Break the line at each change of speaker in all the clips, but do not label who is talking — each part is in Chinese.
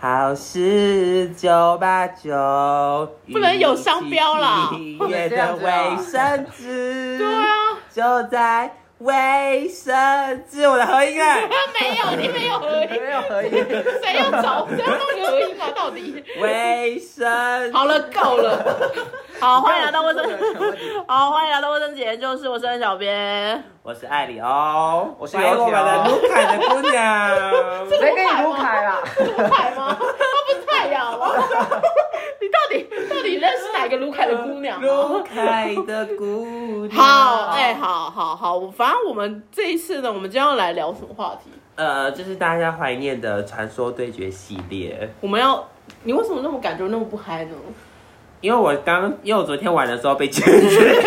好事九八九，
不能有商标啦
一起体验的卫生纸，
对啊，
就在卫生纸，我的合 音哎，
没有，你没有合音，
没有合 音，
谁要找谁要弄你合音啊？到底？
卫生
好了，够了。 好，欢迎来到卫生，
生，
好，欢迎来到卫生节，就是我是安小编。
我是艾里欧，我
是
欢迎我们的卢凯的姑 娘，
谁跟你卢凯啊啦？
卢凯吗？他不是太阳吗？ 你到底到底认识哪个卢凯的姑娘
卢
吗？
凯的姑娘，
好，哎、好好好，反正我们这一次呢，我们今天要来聊什么话题？
呃，就是大家怀念的传说对决系列。
我们要，你为什么那么感觉那么不嗨呢？
因为我刚，因为我昨天玩的时候被拒绝。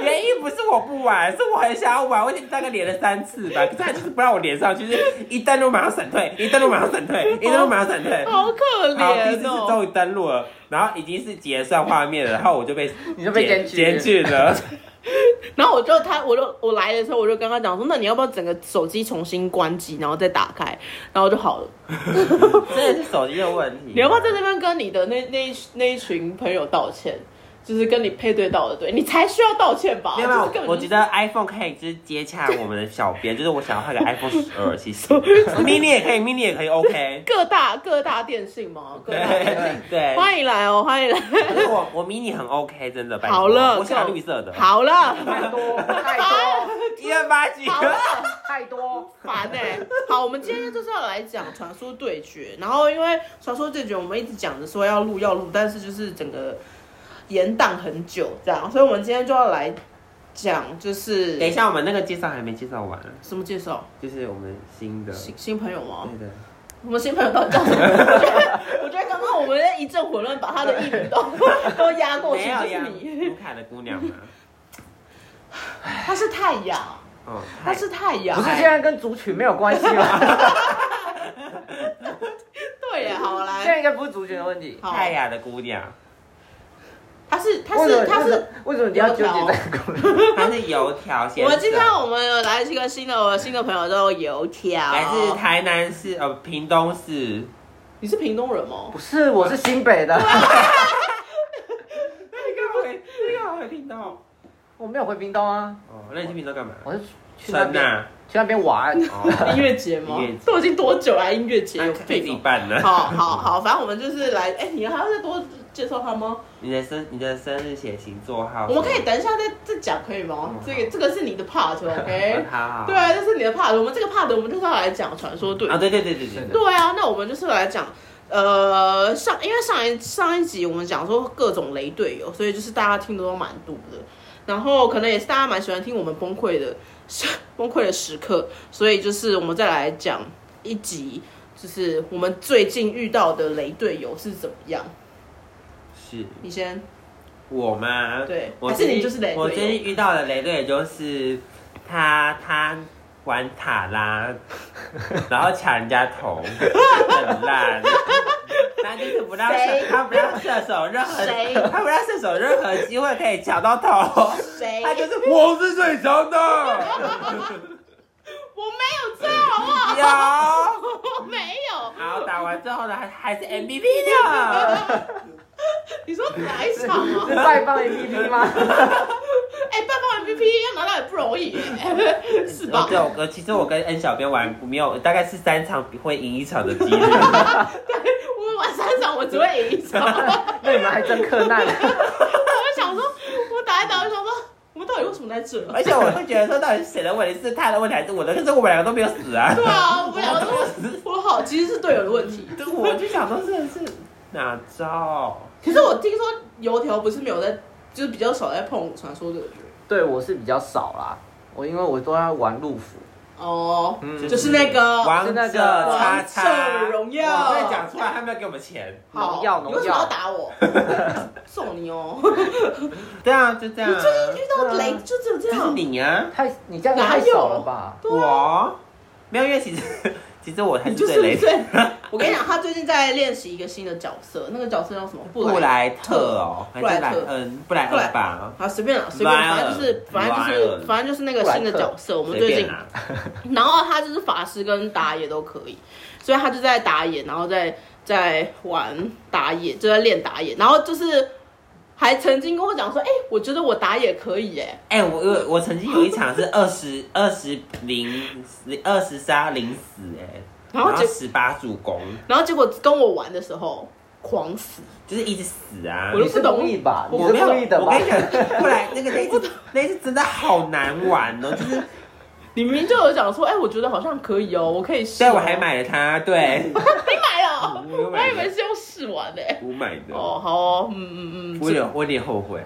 原因不是我不玩，是我很想要玩，我已经大概连了三次吧，可是他就是不让我连上去，就是一登录马上闪退，一登录马上闪 退，一登录马上闪退。
好可
好，第四
怜
次
哦、
终于登录了，然后已经是结算画面了，然后我 就被
你就被
检
检举
检举了，
然后我就他，我就我来的时候，我就跟他讲说，那你要不要整个手机重新关机，然后再打开，然后就好了。
真的是手机的问题。
你要不要在这边跟你的那那一那一群朋友道歉？就是跟你配对到的对，你才需要道歉吧？
没有没
就是根
有，
本
我
就是
觉得 iPhone 可以就是接洽我们的小编，就是我想要换个 iPhone 十二，其 实 mini 也可以，mini 也可以，OK。
各大各大电信 嘛，各大电信，
对，
欢迎来哦，欢迎来。
可是我我迷你很 OK，真的。拜托
好了，
我想要绿色的。，
好了，
太多太多
一二八几。
好了，
太多，
烦哎、
欸
好，我们今天就是要来讲传说对决，然后因为传说对决我们一直讲着说要录要录，但是就是整个延宕很久这样，所以我们今天就要来讲就是
哎
等一下，我们那个介绍还没介绍完，啊
什么介绍
就是我们新的。
新新朋友吗？
对的，
我们新朋友到底叫什么？我觉得我觉得刚刚我们在一阵混乱，把他的艺名都都压过去，
没有
就
呀
是，你，
卢凯的姑娘 嘛，
他是太阳，
哦，
他是太阳，
不是现在跟族群没有关系吗？
对呀，好
现
来，
在应该不是族群的问题。
好，
泰雅的姑娘，
他是他
为什么
是他是，
为什么你要纠结在公路？
她是油条先
我
生。
们今天我们有来一个新的新的朋友叫油条，
来自台南市呃屏东市，
你是屏东人吗
不？是，我是新北的，
那个回那个回屏东，
我没有回屏东啊，
哦，那你去屏东干嘛？
我是去那
春啊
边
呐，
去那边玩。
哦，
音乐节吗
音乐节？
都已经多久了？音乐节
那
有
可以 自
病
己
哦！
办呢。
好好好，反正我们就是来， 哎，你还要再多介绍他吗？
你的生你的生日写星座号，
我们可以等一下再再讲，可以吗
嗯？
这个这个是你的 part，OK？
好 好，好
对啊，这是你的 part，我们这个 part 我们就是要来讲传说对决
啊，对对对对对
是的
对啊，那我们就是来讲，呃，上因为上一上一集我们讲说各种雷队友，所以就是大家听的都蛮多的，然后可能也是大家蛮喜欢听我们崩溃的 崩溃的时刻，所以就是我们再来讲一集，就是我们最近遇到的雷队友是怎么样？
是
你先
我吗？
对
我
还是你
最近
就是雷队
我最近遇到的雷队就是他他玩塔 拉，然后抢人家头，很烂。 他就是不让射
谁，
他不让射手任何
谁，
他不让射手任何机会可以抢到头。
谁？
他就是我是最强的，
我没有这样好 不好？
有。
我没有。
好，打完之后呢，还还是 MVP 的。
你说哪一场啊
是？丐帮 MVP 吗？
哎、半放 MVP 要拿到也不容易 耶，是吧
我？哦对，我跟其实我跟 N 小编玩没有，大概是三场会赢一场的 几率。
我们玩三场，我只会赢一场。我
那你们还真克难。
就想说，我打一打，我就想说，我们到底为什么在这？啊
而且我会觉得说，到底是谁的问题？是他的问题还是我的？可是我们两个都没有死啊。
对啊，我们两个都是我好，其实是队友的问题。
对，我 就想说，这是哪招？
可是我听说油条不是没有在，就是比较少在碰传说对决
对，我是比较少啦，我因为我都要玩路服，
哦，
嗯
就是那个哦
王者叉叉
王者荣耀
我再讲出来，他们要给我们钱。
好，
农药
你为什
农
么
药
要打我？送你哦！
对啊，就这样
你
啊。
最近遇到雷
对啊
就只有这
就是
样，
你啊，
太你这样太少了吧？
对啊
我没有，因为其实其实我才
你
是
就
最
是
雷的。
对。我跟你讲，他最近在练习一个新的角色，那个角色叫什么？布
布
莱。
莱特哦，还是
布莱
莱
特
恩，布莱
布莱
恩吧，
好，随便啦，随便，
布莱
反
恩
正就是，反正就
布莱
是，
恩
反正就是那个新的角色。我们
随
最近
便，啦。
然后他就是法师跟打野都可以，所以他就在打野，然后在在玩打野，就在练打野，然后就是还曾经跟我讲说，哎、我觉得我打野可以耶、
哎、我我我曾经有一场是二十二十零二十杀零死哎、
然
然
后
后
结
十八助攻，
然后结果跟我玩的时候狂死，
就是一直死啊
我。都
你
不
是
懂
故意吧？你
我
是
没有，
故意的
我
吧
跟？你讲，后来那个那一次那一次真的好难玩哦，就是
你明明就有讲说，哎、我觉得好像可以哦、我可以试、
所以
哦。
我还，买了它，对，
你买了，
我有
我
买
还
的
以为是用试玩的、
我买的，
哦，好哦，嗯嗯嗯，
我有点我有点后悔，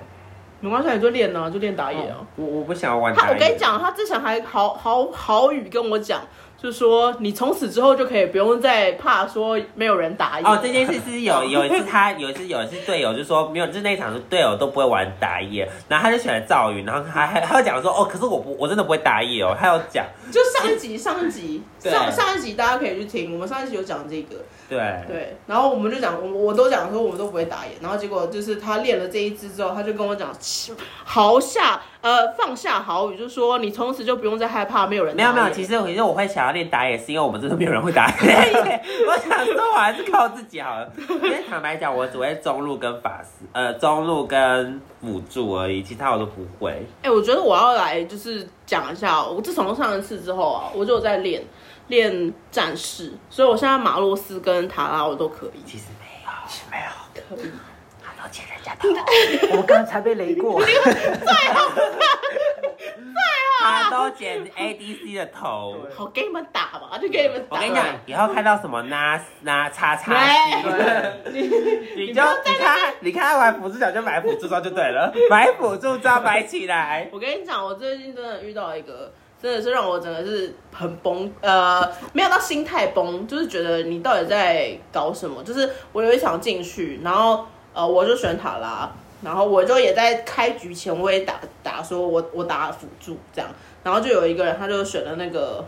没关系，你就练啊，就练打野啊。
我我不想要玩打
他，
野。
我跟你讲，他之前还好好好语跟我讲，就是说你从此之后就可以不用再怕说没有人打野。
哦，这件事是有有一次他有一次有一次队友就说没有，就是那一场是队友都不会玩打野，然后他就选了赵云，然后他还他就讲说哦，可是我不我真的不会打野哦，他有讲
就上一集，上一集，
对
上上一集大家可以去听，我们上一集有讲这个，
对
对，然后我们就讲，我我都讲说我们都不会打野，然后结果就是他练了这一支之后，他就跟我讲，豪下呃放下豪语，就说你从此就不用再害怕没有人打
没
野。
有没有，其实其实我会想要练打野，是因为我们真的没有人会打野。我想说，我还是靠自己好了。因为坦白讲，我只会中路跟法师，呃，中路跟辅助而已，其他我都不会。
哎、我觉得我要来就是讲一下哦，我自从上一次之后啊，我就有在练练战士，所以我现在马洛斯跟塔拉我都可以。
其实没有，没有，
可以，
他都欠人家头，
我刚才被雷过，
他都剪 ADC 的头。
好给你们打吧，就给你们打。
我跟你讲，以后看到什么拉拉叉叉
哎
C，你 就你看你看他玩辅助角就买辅助装就对了，买辅助装买起来。
我跟你讲，我最近真的遇到一个，真的是让我整个是很崩，呃，没有到心态崩，就是觉得你到底在搞什么？就是我有一场进去，然后呃，我就选塔拉，然后我就也在开局前我也打打说我我打辅助这样，然后就有一个人他就选了那个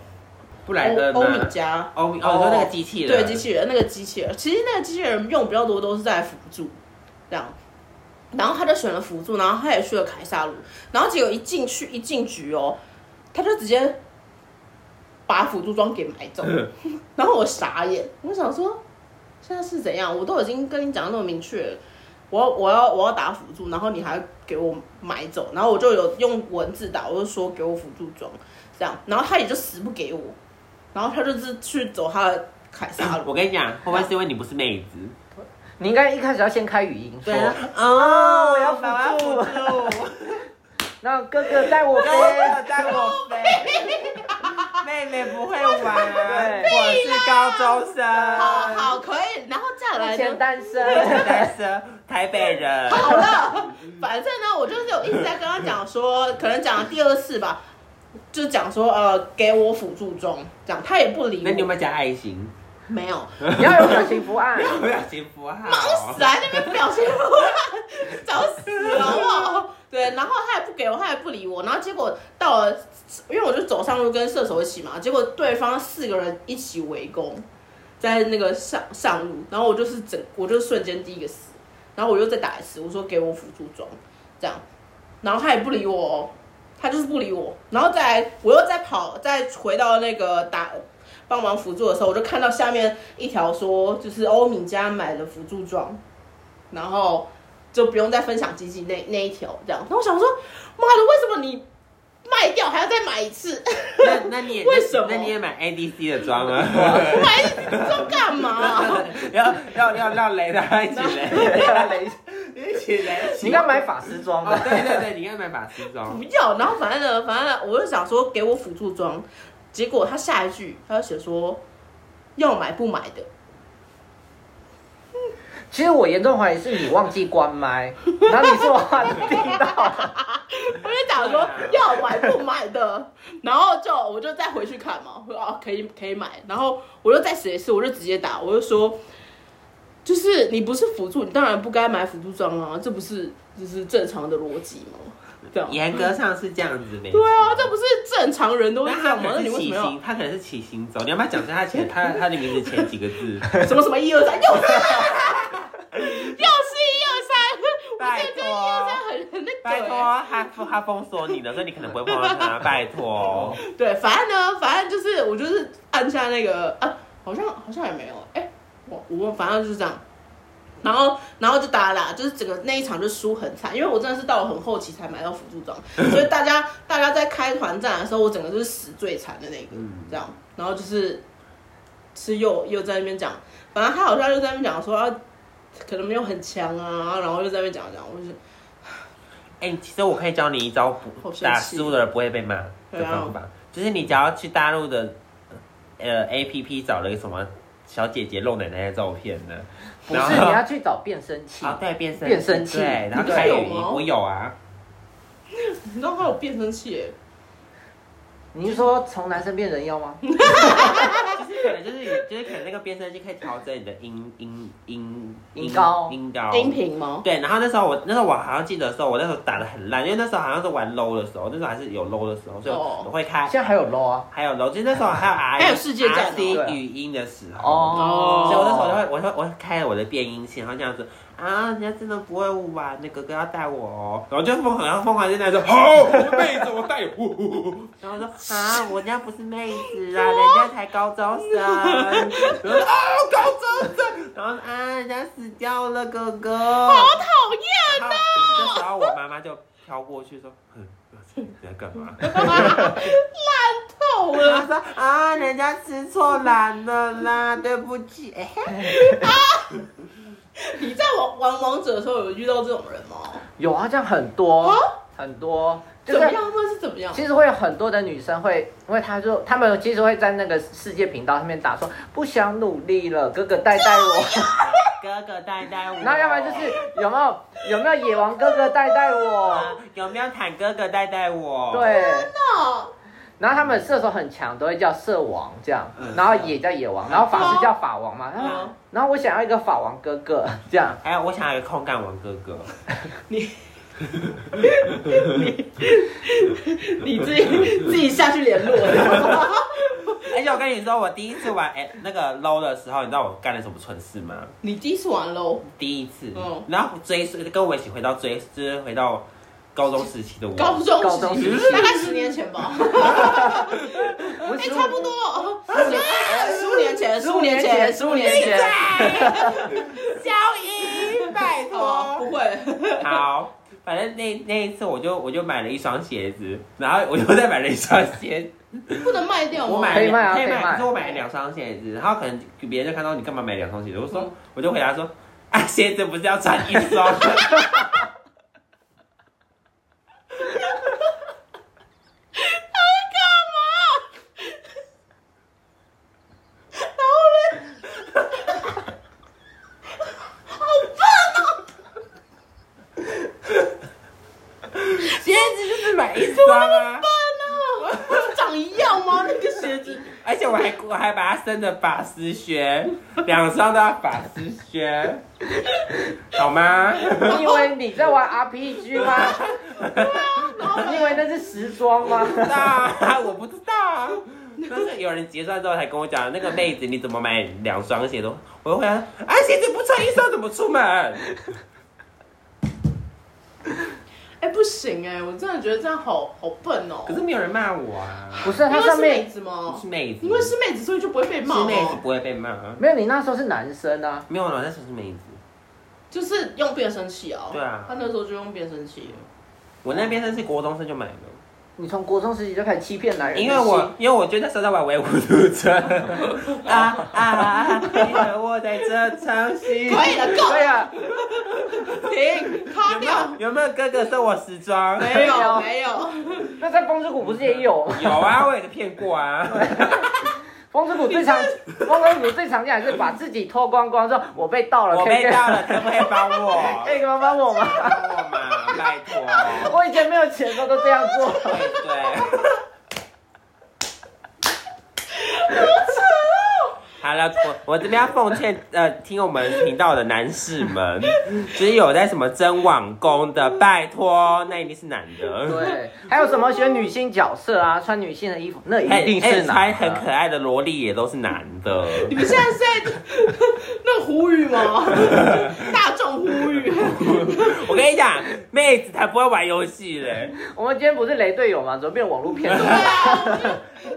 布
欧欧米伽，
欧米哦，你说那个机器人，
对机器人，那个机器人，其实那个机器人用比较多都是在辅助，这样。然后他就选了辅助，然后他也去了凯撒鲁，然后结果一进去一进局哦，他就直接把辅助装给 买走，然后我傻眼，我想说现在是怎样？我都已经跟你讲得那么明确了，我要我要我要打辅助，然后你还给我买走，然后我就有用文字打，我就说给我辅助装这样，然后他也就死不给我，然后他就是去走他的凯撒
我
鲁，
跟你讲，会不会是因为你不是妹子？
你应该一开始要先开语音说，
啊
啊
哦
我要辅助
助，
那哥哥带我
哥哥
飞，
带我飞，妹妹不会玩，
对
我是高中
好
生，
好可以，然后再来
目
呢
前？单
高
身。
中生，台北人，
好了，反正呢，我就是有一直在跟他讲说，可能讲了第二次吧，就讲说呃，给我辅助中，这样他也不理
那你有
我，
没有加爱心？
没有，
你要有表情符 案，
有没有幸福号？
找死啊！那边表情不好，找死了好不好？对，然后他也不给我，他也不理我，然后结果到了，因为我就走上路跟射手一起嘛，结果对方四个人一起围攻，在那个上上路，然后我就是整，我就瞬间第一个死，然后我又再打一次，我说给我辅助装，这样，然后他也不理我、哦，他就是不理我，然后再来我又再跑，再回到那个打帮忙辅助的时候，我就看到下面一条说，就是欧米伽买的辅助装，然后就不用再分享机器那那一条这样。然后我想说，妈的，为什么你卖掉还要再买一次？
那那你也
为什么
那你也买 ADC 的装啊？
买一次装哎干嘛、
要要要要雷他一起 雷，一起雷。
你应该买法师装啊
哦
吧，？
对对对，你应该买法师装
不。要。然后反正呢，反正呢我就想说给我辅助装，结果他下一句他就写说要买不买的。
其实我严重怀疑是你忘记关麦，然后你是我听 到。
我就讲说
啊
要买不买的，然后就我就再回去看嘛，我说哦可以可以买，然后我又再写一次，我就直接打，我就说，就是你不是辅助，你当然不该买辅助装啊，这不是就是正常的逻辑吗？这样。
严格上是这样子没错。
对啊，这不是正常人都会
那
这
他
样吗？
可
那你
能是
为
起
什么要
行，他可能是起行走。你要不要讲一下他前他他的名字前几个 字？
什么什么一二三，又是 又是一二三，我
拜
这跟一二
托
三很很那
拜
个
托
欸、，
他他封锁你了，所以你可能不会碰到 他。拜托，
对，反正呢，反正就是我就是按下那个啊，好像好像也没有，哎、我我忘反正就是这样。然后，然后就打啦，就是整个那一场就输很惨，因为我真的是到了很后期才买到辅助装，所以大家大家在开团战的时候，我整个就是死最惨的那个，
嗯
这样，然后就是是又又在那边讲，反正他好像又在那边讲说啊，可能没有很强啊，然后又在那边讲讲，我就是
哎、其实我可以教你一招不
好生气哦
打输的人不会被骂的方法，就是你只要去大陆的呃 A P P 找了一个什么小姐姐露奶奶的照片呢，
不
然
是
后
你要去找变声器，
啊对变声
变声器
对，然后
你
开
有
语音
吗
我有啊，
你知道他有变声器耶，
你是说从男生变人妖吗？
就是可能就是你就是可能那个变声器可以调整你的音音音
音高
音高
音频吗？
对，然后那时候我那时候我好像记得的时候，我那时候打的很烂，因为那时候好像是玩 low 的时候，那时候还是有 low 的时候，所以
哦
我会开。
现在还有 low 啊，
还有 low，就是那时候还有 R
还有世界战哦
C
对啊
语音的时候，
哦，
所以我那时候就会，我会我会开我的变音器，然后这样子啊，人家真的不会玩，那哥哥要带我哦，然后就疯狂，然后疯狂就在那说，好，我 妹子我带 你，呜呜呜呜然后说啊，我人家不是妹子啦，人家才高中生，然后说啊，高中生，然后说啊，人家死掉了，哥哥，好
好讨厌。
然后那时候我妈妈就飘过去说，哼，你在干嘛？
透
我
了，
说啊，人家吃错懒了啦， 对不起。哎、
你在玩玩王者的时候有遇到这种人吗？
有啊，这样很多
啊
很多，就
怎么
是
样？或者是怎么样？
其实会有很多的女生会，因为她就她们其实会在那个世界频道上面打说不想努力了，哥哥带带
哦
我，
哥哥带带我。
然后要不然就是有没有有没有野王哥哥带带
啊
我，
有没有坦哥哥带带我？，
对，
那
然后他们射手很强，都会叫射王这样
嗯，
然后野叫野王，然后法师叫法王嘛，然后
嗯
然后我想要一个法王哥哥这样，
还哎有我想要一个空干王哥哥。
你 自己自己下去联络 的，
而且我跟你说，我第一次玩哎、那个 low 的时候，你知道我干了什么蠢事吗？
你第一次玩喽？
第一次，
嗯
然后追溯跟我一起回到追，就是回到高中时期的我。
高中
高中
时
时
期
期
大概十年前 吧，
不
哎，
是
差不多，十五年前，十五年前，十五年
闭嘴
前，
小姨，拜
哦，
托。
不会，
好，反正那那一次我就我就买了一双鞋子，然后我又再买了一双鞋 子，
不能卖掉吗？
我买
可以卖啊
可以
可以卖
可是我买了两双鞋子，然后可能别人就看到你干嘛买两双鞋子，我就 说我就回答说。啊，鞋子不是要穿一双吗？
鞋子就是买一
一双啊！
半啊，长一样吗？那个鞋 子，
而且我还我还把它升的法师靴，两双都要法师靴，好吗？
你以为你在玩 RPG 吗？
然后
你以为那是时装吗？
知道啊，我不知道啊。但是有人结算之后才跟我讲，那个妹子你怎么买两双鞋都？我就回答说，啊，鞋子不穿一双怎么出门？
哎，不行哎，我真的觉得这样好好笨哦
可。是没有人骂我啊，
不是，它
因为
上
是妹
面
子吗
是？妹子，
因为是妹子，所以就不会被骂
是妹子
哦。
不会被骂啊。
没有，你那时候是男生啊。
没有啦，那时候是妹子。
就是用变声器哦。
对啊
他那时候就用变声器。
我那边真是国中生就买了，
你从国中时期就开始欺骗男人的
因
心，
为我因为我觉得那时候在玩唯我独 尊啊啊啊！你和我在这场戏，
可以了，够
对啊，
停，卡掉。
有没有哥哥送我时装？
没有
有
没有，
那在风之谷不是也有吗？
有啊， 我也是骗过啊。
风之谷最常，风之谷最常见还是把自己脱光光，说我被盗 了，
我
可以
被
跟
盗了，可不可以帮我？
可以帮帮我吗？
帮我嘛，拜托。
我以前没有钱的时候都这样做，
对对，
好扯哦！
好了，我我这边要奉劝呃，听我们频道的男士们，只有在什么争网工的，拜托，那一定是男的。
对，还有什么选女性角色啊，穿女性的衣服，那一
哎，
定
哎
是男
穿
的。
很可爱的萝莉也都是男的。
你们现在 是在那呼吁吗？大众呼吁，
我跟你讲，妹子才不会玩游戏嘞。
我们今天不是雷队友吗？怎么变网络骗
对
子？
啊，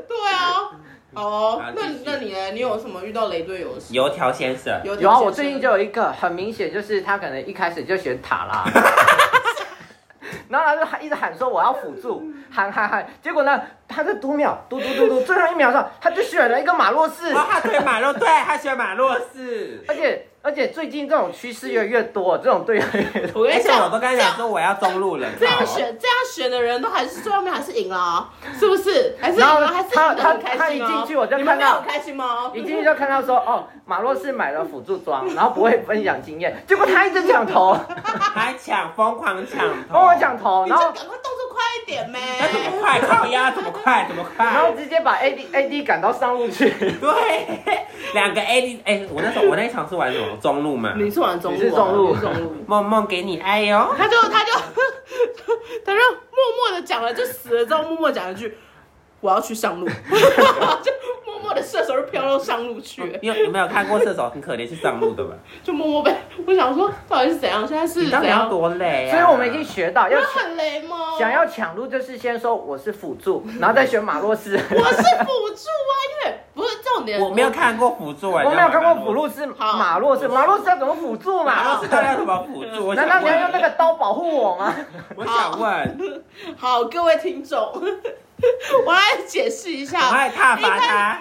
对啊。好哦
好，
那
继续
那你呢？你有什么遇到雷队友的事？
油条先生，
有
有啊，
点
我
健
最近
身
就有一个很明显，就是他可能一开始就选塔 拉，然后他就喊一直喊说我要辅助，喊喊喊，结果呢，他在读秒，读读读读，最后一秒上他就选了一个马洛士，
哦，他推马洛，对他选马洛士。
而且而且最近这种趋势越来越多，这种队友越来越多。
我跟
而
你
且哎我
讲，
都跟他讲说我要中路人，
哎这样
好
选这样选的人都还是最后面还是赢了啊，是不是？还是赢
然后
了，还是赢
他
得很
他
开
他
心
一
哦
进去我就
你们
看
没有
到
很开心吗？
一进去就看到说哦，马洛士买了辅助装，然后不会分享经验，结果他一直抢头，
还抢疯狂抢头，
跟哦我抢头，
你
然
就
后
赶快动作快一点呗。
那怎么快靠腰？怎么快？怎么
然后
快？
直接把 AD AD 赶到上路去。
对，两个 AD，哎、我那时候我那一场是玩什么中路嘛？
你是玩中路啊，
你是中路
你是中路。
梦梦给你哎爱哟、
他就他就他就默默的讲了，就死了之后默默讲一句：“我要去上路。” 就默默的射手就飘到上路去
哦
了，
你有你没有看过射手很可怜去上路的吧？
就默默被我想说到底是怎样？现在是
你到
怎
底要
样？
多累啊！
所以我们已经学到要
我很雷吗？
想要抢路，就是先说我是辅助，然后再选马洛斯。
我是辅助啊，因为不是重点，
我没有看过辅助、哎，
我没有看过 辅路是
好
马洛斯，马洛斯要怎么辅助
马
嘛
洛？斯到底要怎么辅助？我
难道
想
你要用那
问，
个刀保护我吗？
我想问，
好，各位听众，我来解释一
我
下。
爱踏伐他。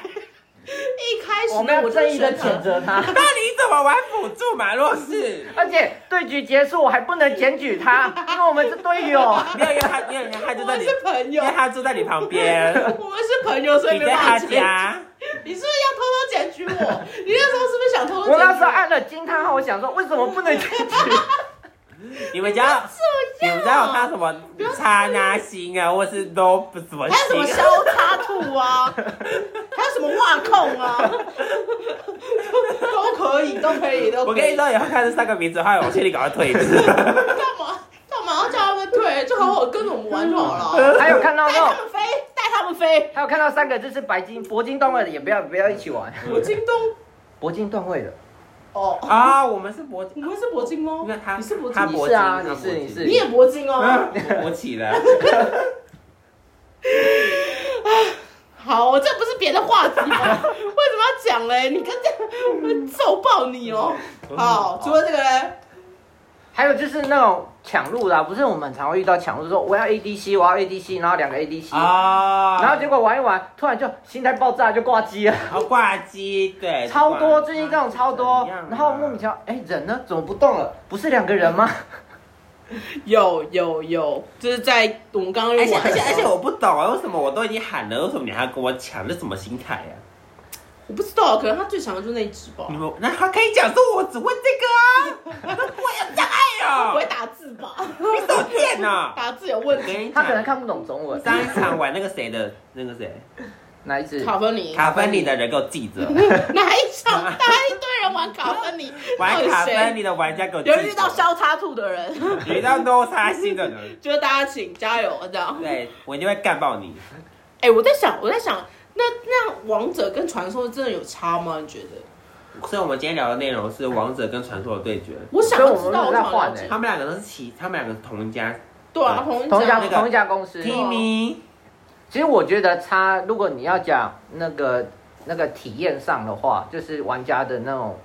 一开始
我没
呢，
有
我真
正
的啊
义
选
的谴
择，
责他，
那你怎么玩辅助马洛斯？
而且对局结束我还不能检举他，因为我们是队友。
没有，因为他因为他就
我
在
们
你，
是朋友
因为，他住在你旁边，
我们是朋友，所以
你
没
在
办法
他
解决。
家。
你是不是要偷偷检举 我？你那时候是不是想偷偷检举？
我那时候按了惊叹号，我想说为什么不能检举？
你们家你们家有看什么叉那星啊，或是都不什么
还有什么
星
消
啊？
叉兔 啊，还有什么袜控啊， 都可以，都可以，都可以。
我跟你说，以后看这三个名字的话，我劝你赶快退职。
干嘛干嘛要叫他们退？就好好跟着我们玩就好 了。
还有看到
带
那
他
种，
们飞，带他们飞。
还有看到三个字是白金铂金段位的，也不要不要一起玩。
铂金东
铂金段位的，
哦，
啊，我们是铂
你
金，
们是铂金吗
因为？他
你是铂
他
金，
铂
是
金他
啊你是
铂金
你是
你也铂金哦。
啊我勃起 了。
好，我这不是别的话题 吗？为什么要讲嘞？你跟这，我揍爆你哦！好，除了这个嘞，
还有就是那种抢路的、啊，不是我们常会遇到抢路，就说我要 ADC，我要 ADC，然后两个 ADC，、
啊，
然后结果玩一玩，突然就心态爆炸就挂机 了，
然后挂机，对，
超多，
挂
最近这种超多
怎样啊，
然后莫名其妙，哎，人呢？怎么不动了？不是两 个人吗？
有有有，就是在我们刚刚
而
玩
且
的时候，
而且而且我不懂啊，为什么我都已经喊了，为什么你还要跟我抢？这什么心态呀、
我不知道，可能他最强的就是那一只吧
你，们那他可以讲说我只问这个啊，我有障碍
不会
哦，
打字吧？
你手贱啊呐！
打字有问
我
题。
跟你
他可能
讲，
看不懂中文，
上一场玩那个谁的那个谁
哪一只？
卡芬尼，
卡芬里的人给我记 着，
哪一场？大家一堆人玩卡芬 尼，到
玩
底
卡
谁
芬里的玩家给我记
有
着，
遇到消叉兔的人，
遇到 no 杀心的人，
就是大家请加油这样。
对我一定会干爆你。
哎、我在想，我在想，那那王者跟传说真的有差吗？你觉得？
所以我们今天聊的内容是王者跟传说的对决，
我想要知道，我
所以我们没有在
想要
换
了解
他们两个都是其，他们两个是同一家
对啊，同
同一家
哎那个
同一家公司。
听
Timi。
其实我觉得差，如果你要讲那个那个体验上的话，就是玩家的那种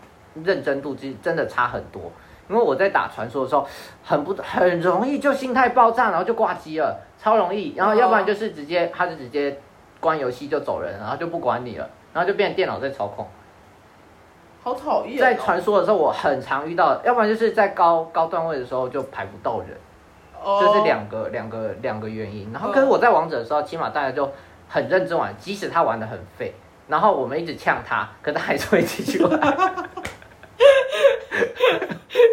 认真度，其实真的差很多。因为我在打传说的时候，很不很容易就心态爆炸，然后就挂机了，超容易。然后要不然就是直接，他就直接关游戏就走人，然后就不管你了，然后就变成电脑在操控。
好讨厌、哦。
在传说的时候，我很常遇到，要不然就是在高高段位的时候就排不到人。这
哦
是两个两个两个原因。然后，可是我在王者的时候，起码大家就很认真玩，即使他玩的很废，然后我们一直呛他，可他还是会继续玩。
哦，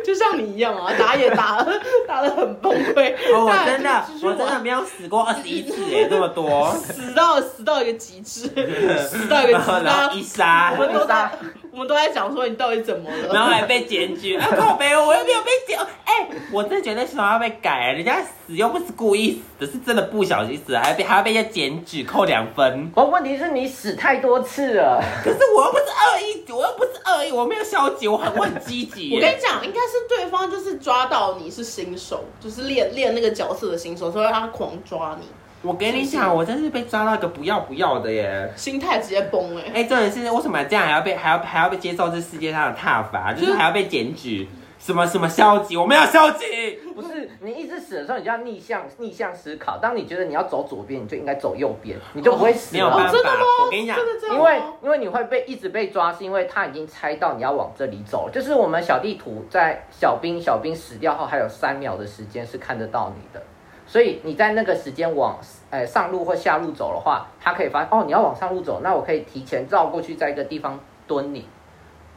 就就像你一样啊，打也打 打的很崩溃，
哦，我
但
真的
继续
我真的
玩，
没有死过二十一次耶，这么多
死到死到一个 极致， 死到一个
然
极致
后然后一
大
杀
家，我们都
一杀
在我们都在讲说你到底怎么了，
然后还被检举，啊靠背，我又没有被检，哎、我真的觉得系统要被改，啊人家死又不是故意死，是真的不小心死，还被还要被人家检举扣两分。
我问题是你死太多次了，
可是我又不是恶意，我又不是恶意，我没有消极，我很我很积极
我跟
耶。
你讲，应该是对方就是抓到你是新手，就是练练那个角色的新手，所以让他狂抓你，
我跟你讲，我真是被抓到一个不要不要的耶。
心态直接崩哎、
哎、重点是为什么这样还要被还要还要被接受这世界上的挞伐，就是还要被检举，什么什么消极，我没有消极。
不是你一直死的时候，你就要逆向逆向思考。当你觉得你要走左边，你就应该走右边，你就不会死
没有办
了。
法，
哦真的吗
我跟你讲，
真的这样
因为
吗
因为你会被一直被抓，是因为他已经猜到你要往这里走。就是我们小地图在小兵小兵死掉后，还有三秒的时间是看得到你的，所以你在那个时间往呃上路或下路走的话，他可以发现哦你要往上路走，那我可以提前绕过去，在一个地方蹲 你。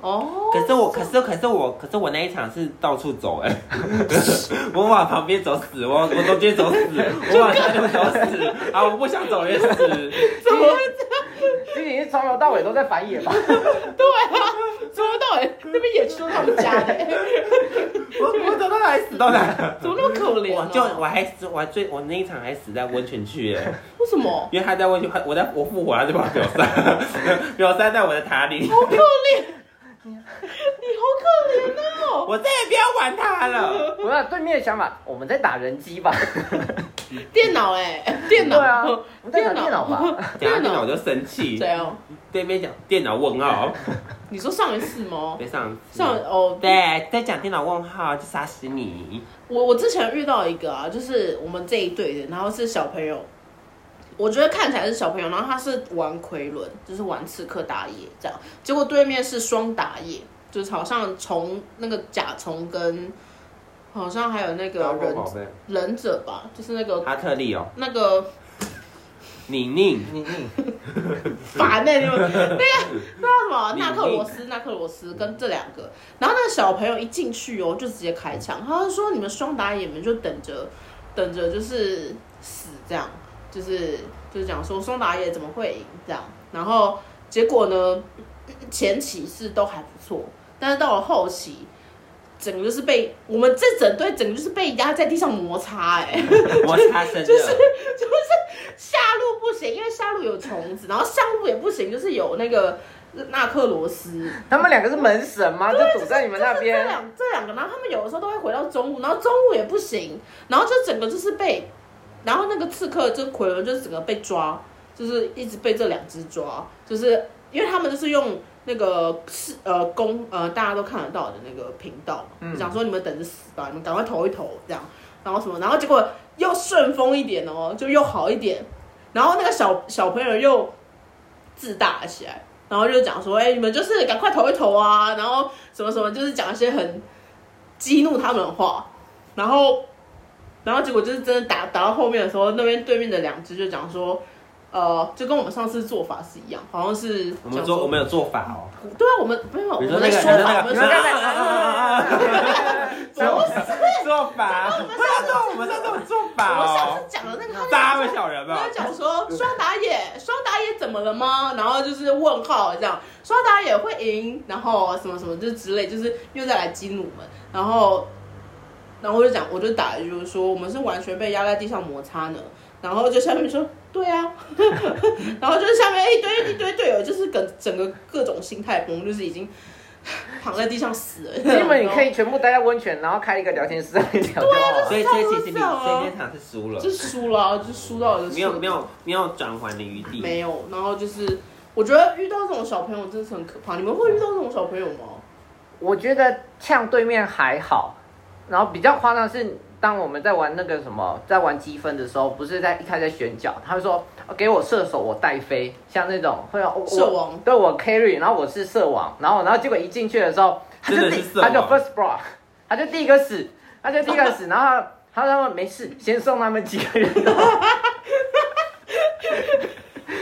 哦，
可是我，可是可是我，可是我那一场是到处走哎、 我往旁边走死，我我中间走 死，我往下路走死，啊，我不想走也死。
怎么会
其实你是从头到尾都在反 野吧？
对啊？从头到尾那边野区都是他们家的、
我 我走到哪里死到哪儿，
怎么那么可怜、
我
啊？
就我还死，我还最我那一场还死在温泉区哎、
为什么？
因为他在温泉，他我在啊我复活，他就把我秒杀， 秒杀在我的塔 里，
好可怜，啊你好可怜哦！
我再也不要玩他了。
我要对面的想法，我们在打人机吧？
电脑哎、电脑
对啊，我们在打电脑吧？
讲到
电
电脑我
脑
就生气
怎，样？
哦对面讲电脑问号，
你说上一次吗？
对上
上哦，
对，在讲电脑问号就杀死你。
我我之前遇到一个啊，就是我们这一队的，然后是小朋友，我觉得看起来是小朋友，然后他是玩奎伦，就是玩刺客打野这样，结果对面是双打野，就是好像虫那个甲虫跟好像还有那
啊
个忍
哦贝，
忍者吧，就是那个
哈特利哦，
那个
宁宁，
你你
烦呢、 你们那个那叫什么
你
纳克罗斯、纳克罗斯跟这两个，然后那个小朋友一进去哦，就直接开枪，他就说你们双打野们就等着等着就是死这样，就是就是讲说双打野怎么会赢这样，然后结果呢前期是都还不错，但是到了后期。整个就是被我们这整队整个就是被压在地上摩擦哎、
摩擦生
就是
热，
下路不行，因为下路有虫子，然后上路也不行，就是有那个纳克罗斯。
他们两个是门神吗？就堵在你们那
这
边？
两这两个，然后他们有的时候都会回到中路，然后中路也不行，然后就整个就是被，然后那个刺客就是奎伦就是整个被抓，就是一直被这两只抓，就是因为他们就是用那个是呃公呃大家都看得到的那个频道嘛，
嗯
讲说你们等着死吧，你们赶快投一投这样，然后什么，然后结果又顺风一点哦，就又好一点，然后那个小小朋友又自大起来。然后就讲说，哎、你们就是赶快投一投啊，然后什么什么，就是讲一些很激怒他们的话，然后，然后结果就是真的打打到后面的时候，那边对面的两只就讲说，呃，就跟我们上次做法是一样，好像是
我们做我们有做法哦，
对啊，我们没有我
你
们
说
的
那个
说法，我
你
们
说
的
那个
说法，
做做法，不要说我们在这种做
我
法
们上
哦
次，讲的那个，他就
大家们小人吧
他，就讲说双打野，双打野怎么了吗？然后就是问号这样，双打野会赢，然后什么什么就之类，就是又再来激怒我们，然后，然后我就讲，我就打，就是说我们是完全被压在地上摩擦呢，然后就下面说对啊， 然后就是下面一堆一堆队友，就是整整个各种心态崩，就是已经躺在地上死了。
你们你可以全部待在温泉，然后开一个聊天室在那里聊啊就好了。
所以所以其实你
这样啊
所以那场是输了
就，输了啊、就输到了
没有没有没有转圜的余
嗯
地。
没有，然后就是我觉得遇到这种小朋友真的是很可怕。你们会遇到这种小朋友吗？
我觉得呛对面还好，然后比较夸张的是，当我们在玩那个什么，在玩积分的时候，不是在一开始在选角，他会说、哦给我射手，我带飞，像那种会有哦我
射王
对我 carry，然后我是射网，然后然后结果一进去的时候，他就
真的
第
是射啊
他
王
就 first block，他就第一个死，他就第一个死，然后他他说没 事，先送他们几个人。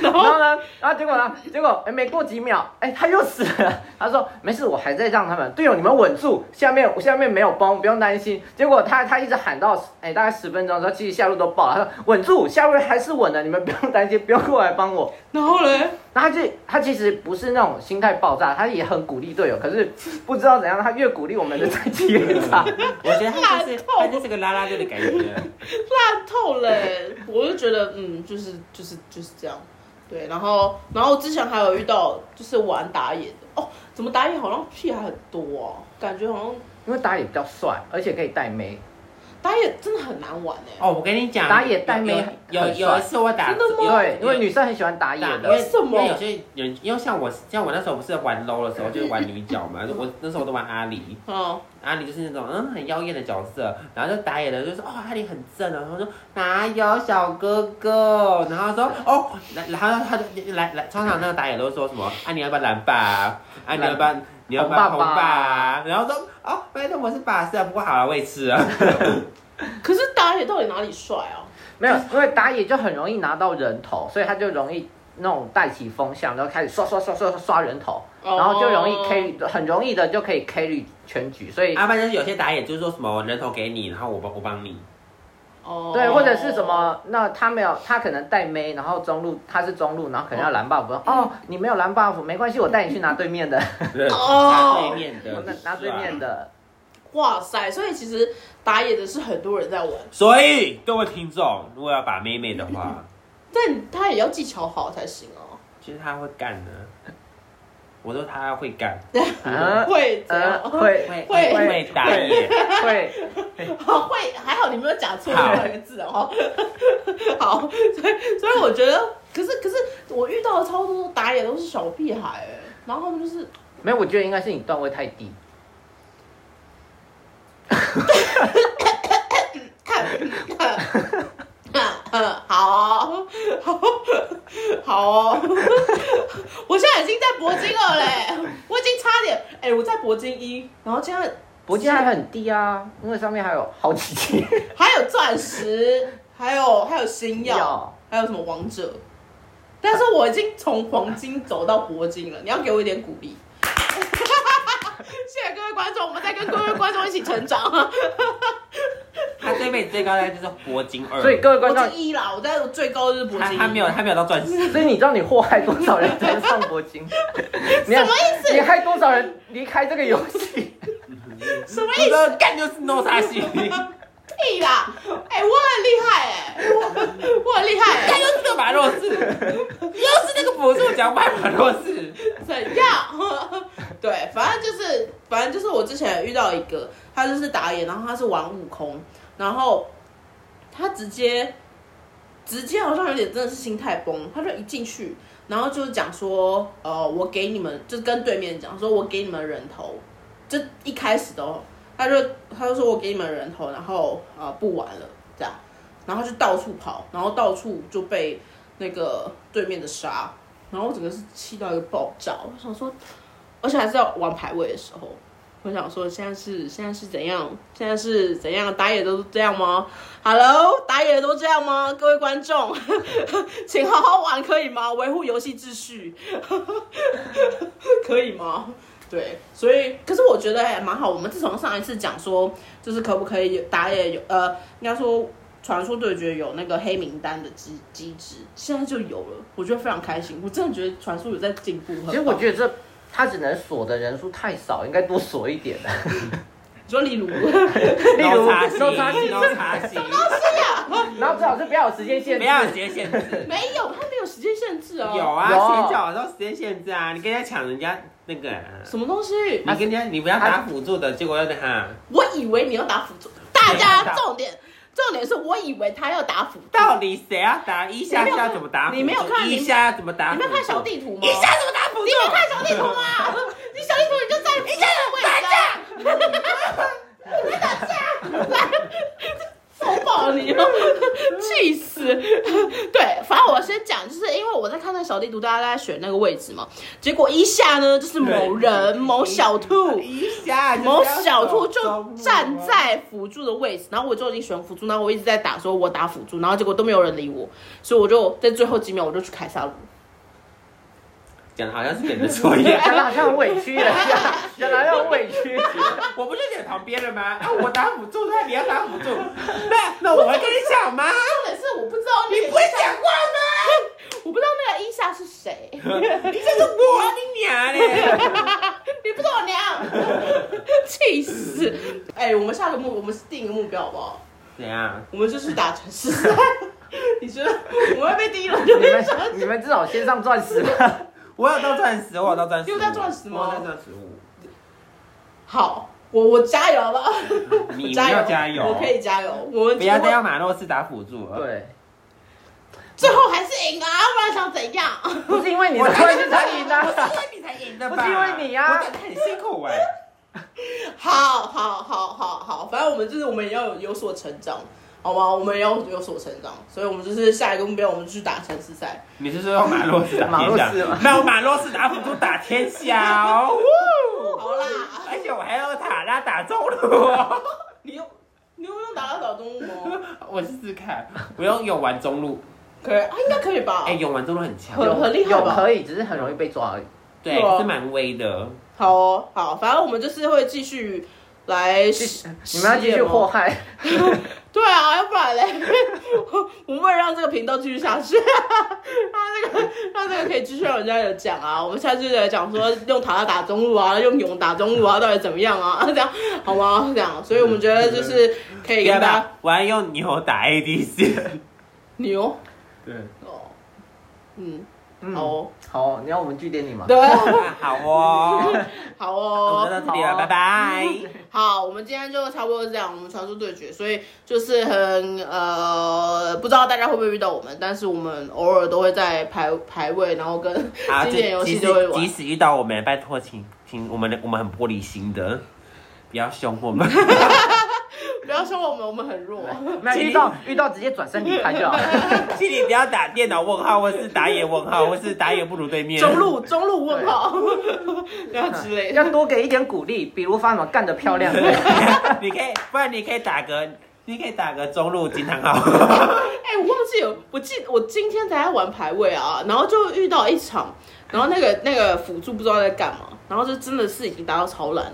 然
然
后
后呢，然后结果呢？结果哎，没过几秒，哎，他又死了。他说没事，我还在让他们队友你们稳住，下面下面没有崩，不用担心。结果他他一直喊到哎大概十分钟之后，其实下路都爆了。他说稳住，下路还是稳的，你们不用担心，不用过来帮我。
然后嘞，
然后他就他其实不是那种心态爆炸，他也很鼓励队友，可是不知道怎样，他越鼓励我们的战绩越差。
我觉得他就是他就是个拉拉队的感觉。
烂透了欸、我就觉得，嗯，就是就是就是这样。对，然后然后之前还有遇到就是玩打野的哦，怎么打野好像屁还很多哦、感觉好像
因为打野比较帅，而且可以带妹。
打野真的很难玩哎、
哦，我跟你讲，
打野带妹
有有
很帅
有一次我打
真的吗
对，因为女
生
生很喜欢打野
打，
的
为。什么
因为有些人，因为像我像我那时候不是玩 low 的时候，就是玩女角嘛，我那时候我都玩阿狸。
哦
嗯，
阿里就是那种嗯很妖艳的角色，然后就打野的就说哦阿里很正啊，然后说哪有小哥哥，然后说哦，然然后他就来来常常那个打野都说什么啊你要不要蓝霸啊，啊你要不要你要不要
红
红
爸爸
霸啊，然后说哦拜托我是法师啊，不过好了我也吃 啊，
嗯可是打野到底哪里帅啊？
没有，因为打野就很容易拿到人头，所以他就容易那种带起风向，然后开始刷刷刷刷刷刷人头，
哦
然后就容易 carry，很容易的就可以 carry 全局。所以
阿爸就是啊有些打野就是说什么人头给你，然后我帮我帮 你，
哦，
对，或者是什？么？那他没有，他可能带妹，然后中路他是中路，然后可能要蓝 buff。哦，你没有蓝 buff 没关系，我带你去拿对面的，
拿对面的
我拿哦 拿对面，的。
哇塞！所以其实打野的是很多人在玩，
所以各位听众如果要把妹妹的话，
但他也要技巧好才行哦、
其实他会干的，我说他会 干。
嗯
会怎 样？
嗯，会
会
会
会打野，
会，
好会，还好你没有讲错
好
任何一个字哦。 好，所以所以我觉得，可是可是我遇到的超多打野都是小屁孩、欸，然后他们就是
没有，我觉得应该是你段位太低。
看，嗯， 好哦， 好，好哦，我现在已经在铂金了嘞，我已经差点，哎、我在铂金一，然后现在
不进还很低啊，因为上面还有好几级。
还有钻石，还有还有星耀，
要
还有什么王者，但是我已经从黄金走到铂金了，你要给我一点鼓励。 谢谢各位观众，我们在跟各位观众一起成长。
他这辈子最高大概就是铂金二，
所以各位观
铂
众，
金一啦，我在最高就是铂
他
金一。
他没有他没有到钻石，
所以你知道你祸害多少人在上铂金？你
什么意思
你害多少人离开这个游戏？
什么
你
意
说干就是弄啥戏，
屁啦！哎、我很厉害哎、我 我很厉害、
干
欸
就，是那个马洛士，又是那个辅助讲白马洛士，
怎样？ 对，反正就是反正就是我之前遇到一个，他就是打野，然后他是玩悟空，然后他直接直接好像有点真的是心态崩，他就一进去，然后就是讲说，呃，我给你们就是跟对面讲说，我给你们人头，就一开始都他就他就说我给你们人头，然后呃不玩了这样，然后就到处跑，然后到处就被那个对面的杀，然后我整个是气到一个爆炸，我想说，而且还是要玩排位的时候，我想说现在是现在是怎样，现在是怎样，打野都是这样吗？Hello，打野都这样吗？各位观众， 请好好玩可以吗？维护游戏秩序， 可以吗？对，所以可是我觉得还蛮好。我们自从上一次讲说，就是可不可以有打野有呃，应该说传说对决有那个黑名单的机机制，现在就有了，我觉得非常开心。我真的觉得传说有在进步，很
其实我
棒
觉得这他只能锁的人数太少，应该多锁一点。
你说例如，
例如
弄啥戏，
弄差戏，
弄啥戏，
然后最好是不要有时间限
不
制。
要有时间限制，
没有，他没有时间限制哦。
有啊，
有
先叫我说时间限制啊，你跟人家抢人家那个啊。
什么东西？
你跟人家，你不要打辅助的，结果要跟他，
我以为你要打辅助，大家重点重点是我以为他要打辅助。
到底谁要打一下？要怎么打辅助？
你没有看
一下要怎么打
你
辅助？
没有看小地图吗？
一下怎么打辅助？
你没看小地图吗？你小地图你就在一下位置啊，你在打架，来，揍爆你哦！气死！对，反正我先讲，就是因为我在看那个小地图，大家在选那个位置嘛，结果一下呢，就是某人某小兔。
一下就是要
某小兔
走中
就
路啊
站在辅助的位置，然后我就已经选辅助，然后我一直在打说我打辅助，然后结果都没有人理我，所以我就在最后几秒我就去凯撒鲁，
讲得好像是别人的错一样。
讲的好像很委屈了，讲的好像很委屈。
我不是在旁边了吗？啊，我打辅助，他也要打辅助，那那我会跟你讲吗？
重点是我不知道那
你
个
不会讲 话
我不知道那个伊莎是谁，
吗？你这是我你娘嘞！
你不是我娘， 气死！哎、我们下个目，我们定一个目标好不好？
怎样？
我们就去打城市 赛。你觉得我会被第一轮就
你
被
们
抢？
你们至少先上钻石吧。
我有到钻石，我有到钻石，
你有到钻石吗
我有到钻石五，
好，我我加油了，
你
加
要
油
加油，
我可以加油。我们
不要
最
再
后
要马诺斯打辅助了。
对，
最后还是赢啊，不然想怎 样？
不是因为你的关系 才赢
不
的。
是因为你才赢的吧？
不是因为你啊
我打得很辛苦 哎、
好好好好好，反正我们就是我们也要有有所成长，好吗？我们也要有所成长，所以我们就是下一个目标，我们就去打城市赛。
你是说用马洛斯打
马
天
洛
下
斯吗？
那我马洛斯打辅助打天下 哦，
好啦，
而且我还要塔拉打中 路、哦。
你又你又用打到小动物吗？
我试试看，我用勇玩中路，
可以啊，应该可以吧？
哦
哎、勇玩中路很强，
很很厉害
有
吧？
可以，只是很容易被抓而已。
对，
对啊
是蛮威的。
好哦，好，反正我们就是会继续来
继
实，
你们要继
实
续
验吗哦
祸害。
对啊，要不然嘞， 我们为了让这个频道继续下去， 让这个让这个可以继续让人家有讲啊。我们下次就来讲说用塔拉打中路啊，用勇打中路啊，到底怎么样啊？ 这样好吗？这样，所以我们觉得就是可以跟
要不
大家
要？我要用牛打 ADC。
牛
对，
哦，嗯，
嗯
好，哦，
好，你要我们据点你吗？
对，
啊好哦，
好
那我
哦
们，就到这里了，
好
拜拜。
好，我们今天就差不多是这样，我们传说对决，所以就是很呃，不知道大家会不会遇到我们，但是我们偶尔都会在排排位，然 后跟
好，
经典
就
游
啊即
戏就会
使
玩
即。使遇到我们，拜托请请我们的我们很玻璃心的，不要凶我们。
不要说我们，我们很弱。
没有遇到遇到直接转身离开就好。
请你不要打电脑问号，或是打野问号，或是打野不如对面。
中路，中路问号， 然后之类的。
要多给一点鼓励，比如发什么干得漂亮。
你可以，不然你可以打个，你可以打个中路金汤号。
哎、我忘记了，我记我今天才在玩排位啊，然后就遇到一场，然后那个那个辅助不知道在干嘛，然后就真的是已经打到超烂了，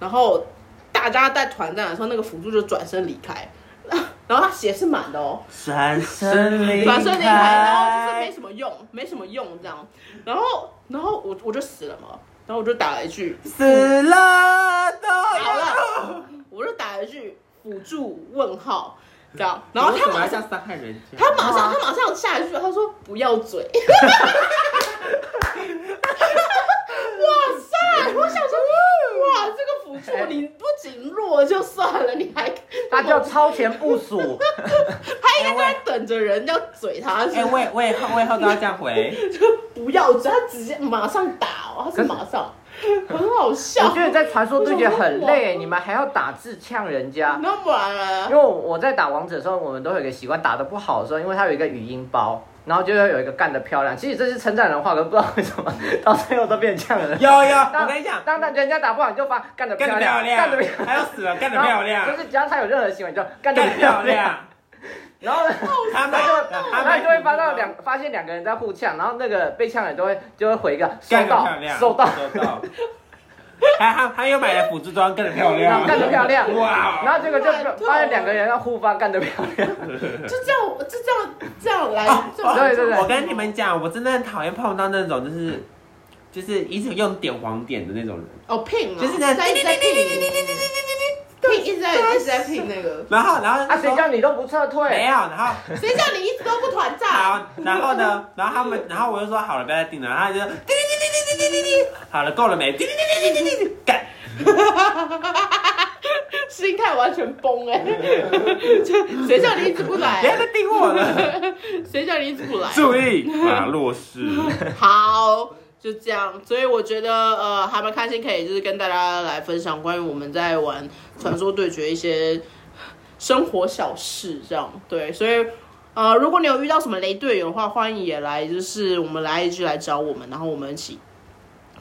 然后大家在团战的时候，那个辅助就转身离开， 然后他血是满的哦，
转 身离
转身离开，然后就是
开
没。什么用，没什么用这样，然后然后我我就死了嘛，然后我就打了一句，
死了都
好
有
了，我就打了一句辅助问号这样，然后他马上。
伤害人家
他马
啊
上，他马上下一句，他说不要嘴。 哇塞！我想说，哇，这个辅助你不仅弱就算了，你还
他叫超前部署，
他应该在等着人要嘴他，
哎、我也我也我以后都要这样 回。
就不要嘴，他直接马上打哦，他是马上，很好
我
笑
觉。得在传说对决很累，你们还要打字呛人家。
那不然
因
呢？
为我在打王者的时候，我们都有一个习惯，打得不好的时候，因为它有一个语音包，然后就会有一个干得漂亮。其实这是称赞人的话，可是不知道为什么到最后都变成呛人。
有有，我跟你讲，
当当人家打不好，你就发干得
干得
漂
漂
亮，
亮
干得漂，亮，
还要死了，干得漂
然后
亮，
就是只要他有任何行为，你就干得
干得
漂
漂
亮。
亮。
然后呢，
他们他
然后
们
就会发到两，发现两个人在互呛，然后那个被呛的人都会就会回一个收
干得
到
漂，亮，
收到。
收到。还还还有买了辅助 装，干得漂亮，
干得漂亮
哇！哦
然后结果就
乱斗
发现两个人要互发干得漂亮，
就这样，就这样，这样来。这样来
哦对对对
我跟你们讲，我真的很讨厌碰到那种就是就是一直用点黄点的那种人，
哦，ping 嘛，
就是那
在一直在 ping，ping 一直在一直在 ping 那个。
然后然后
啊，
就
谁
说
叫你都不撤
没
退？
有，然后
谁叫你一直都不团战？
好，然后呢，然后他们，然后我就说好了，不要再定了，然后他就说滴滴滴滴滴滴滴滴，好了，够了没？滴滴滴滴滴滴滴，干，
心态完全崩哎、 就谁叫你一直不 来
别
啊？
再定我了，
谁叫你一直不来啊？
注意马洛士，
好，就这样。所以我觉得呃，还蛮开心，可以就是跟大家来分享关于我们在玩传说对决一些生活小事，这样对。所以呃，如果你有遇到什么雷队友的话，欢迎也来，就是我们来 IG 来找我们，然后我们一起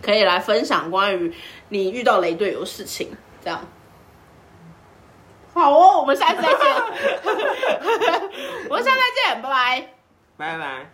可以来分享关于你遇到雷队友的事情，这样。好 哦，我们下次再见，我们下次再见，拜拜。
拜拜。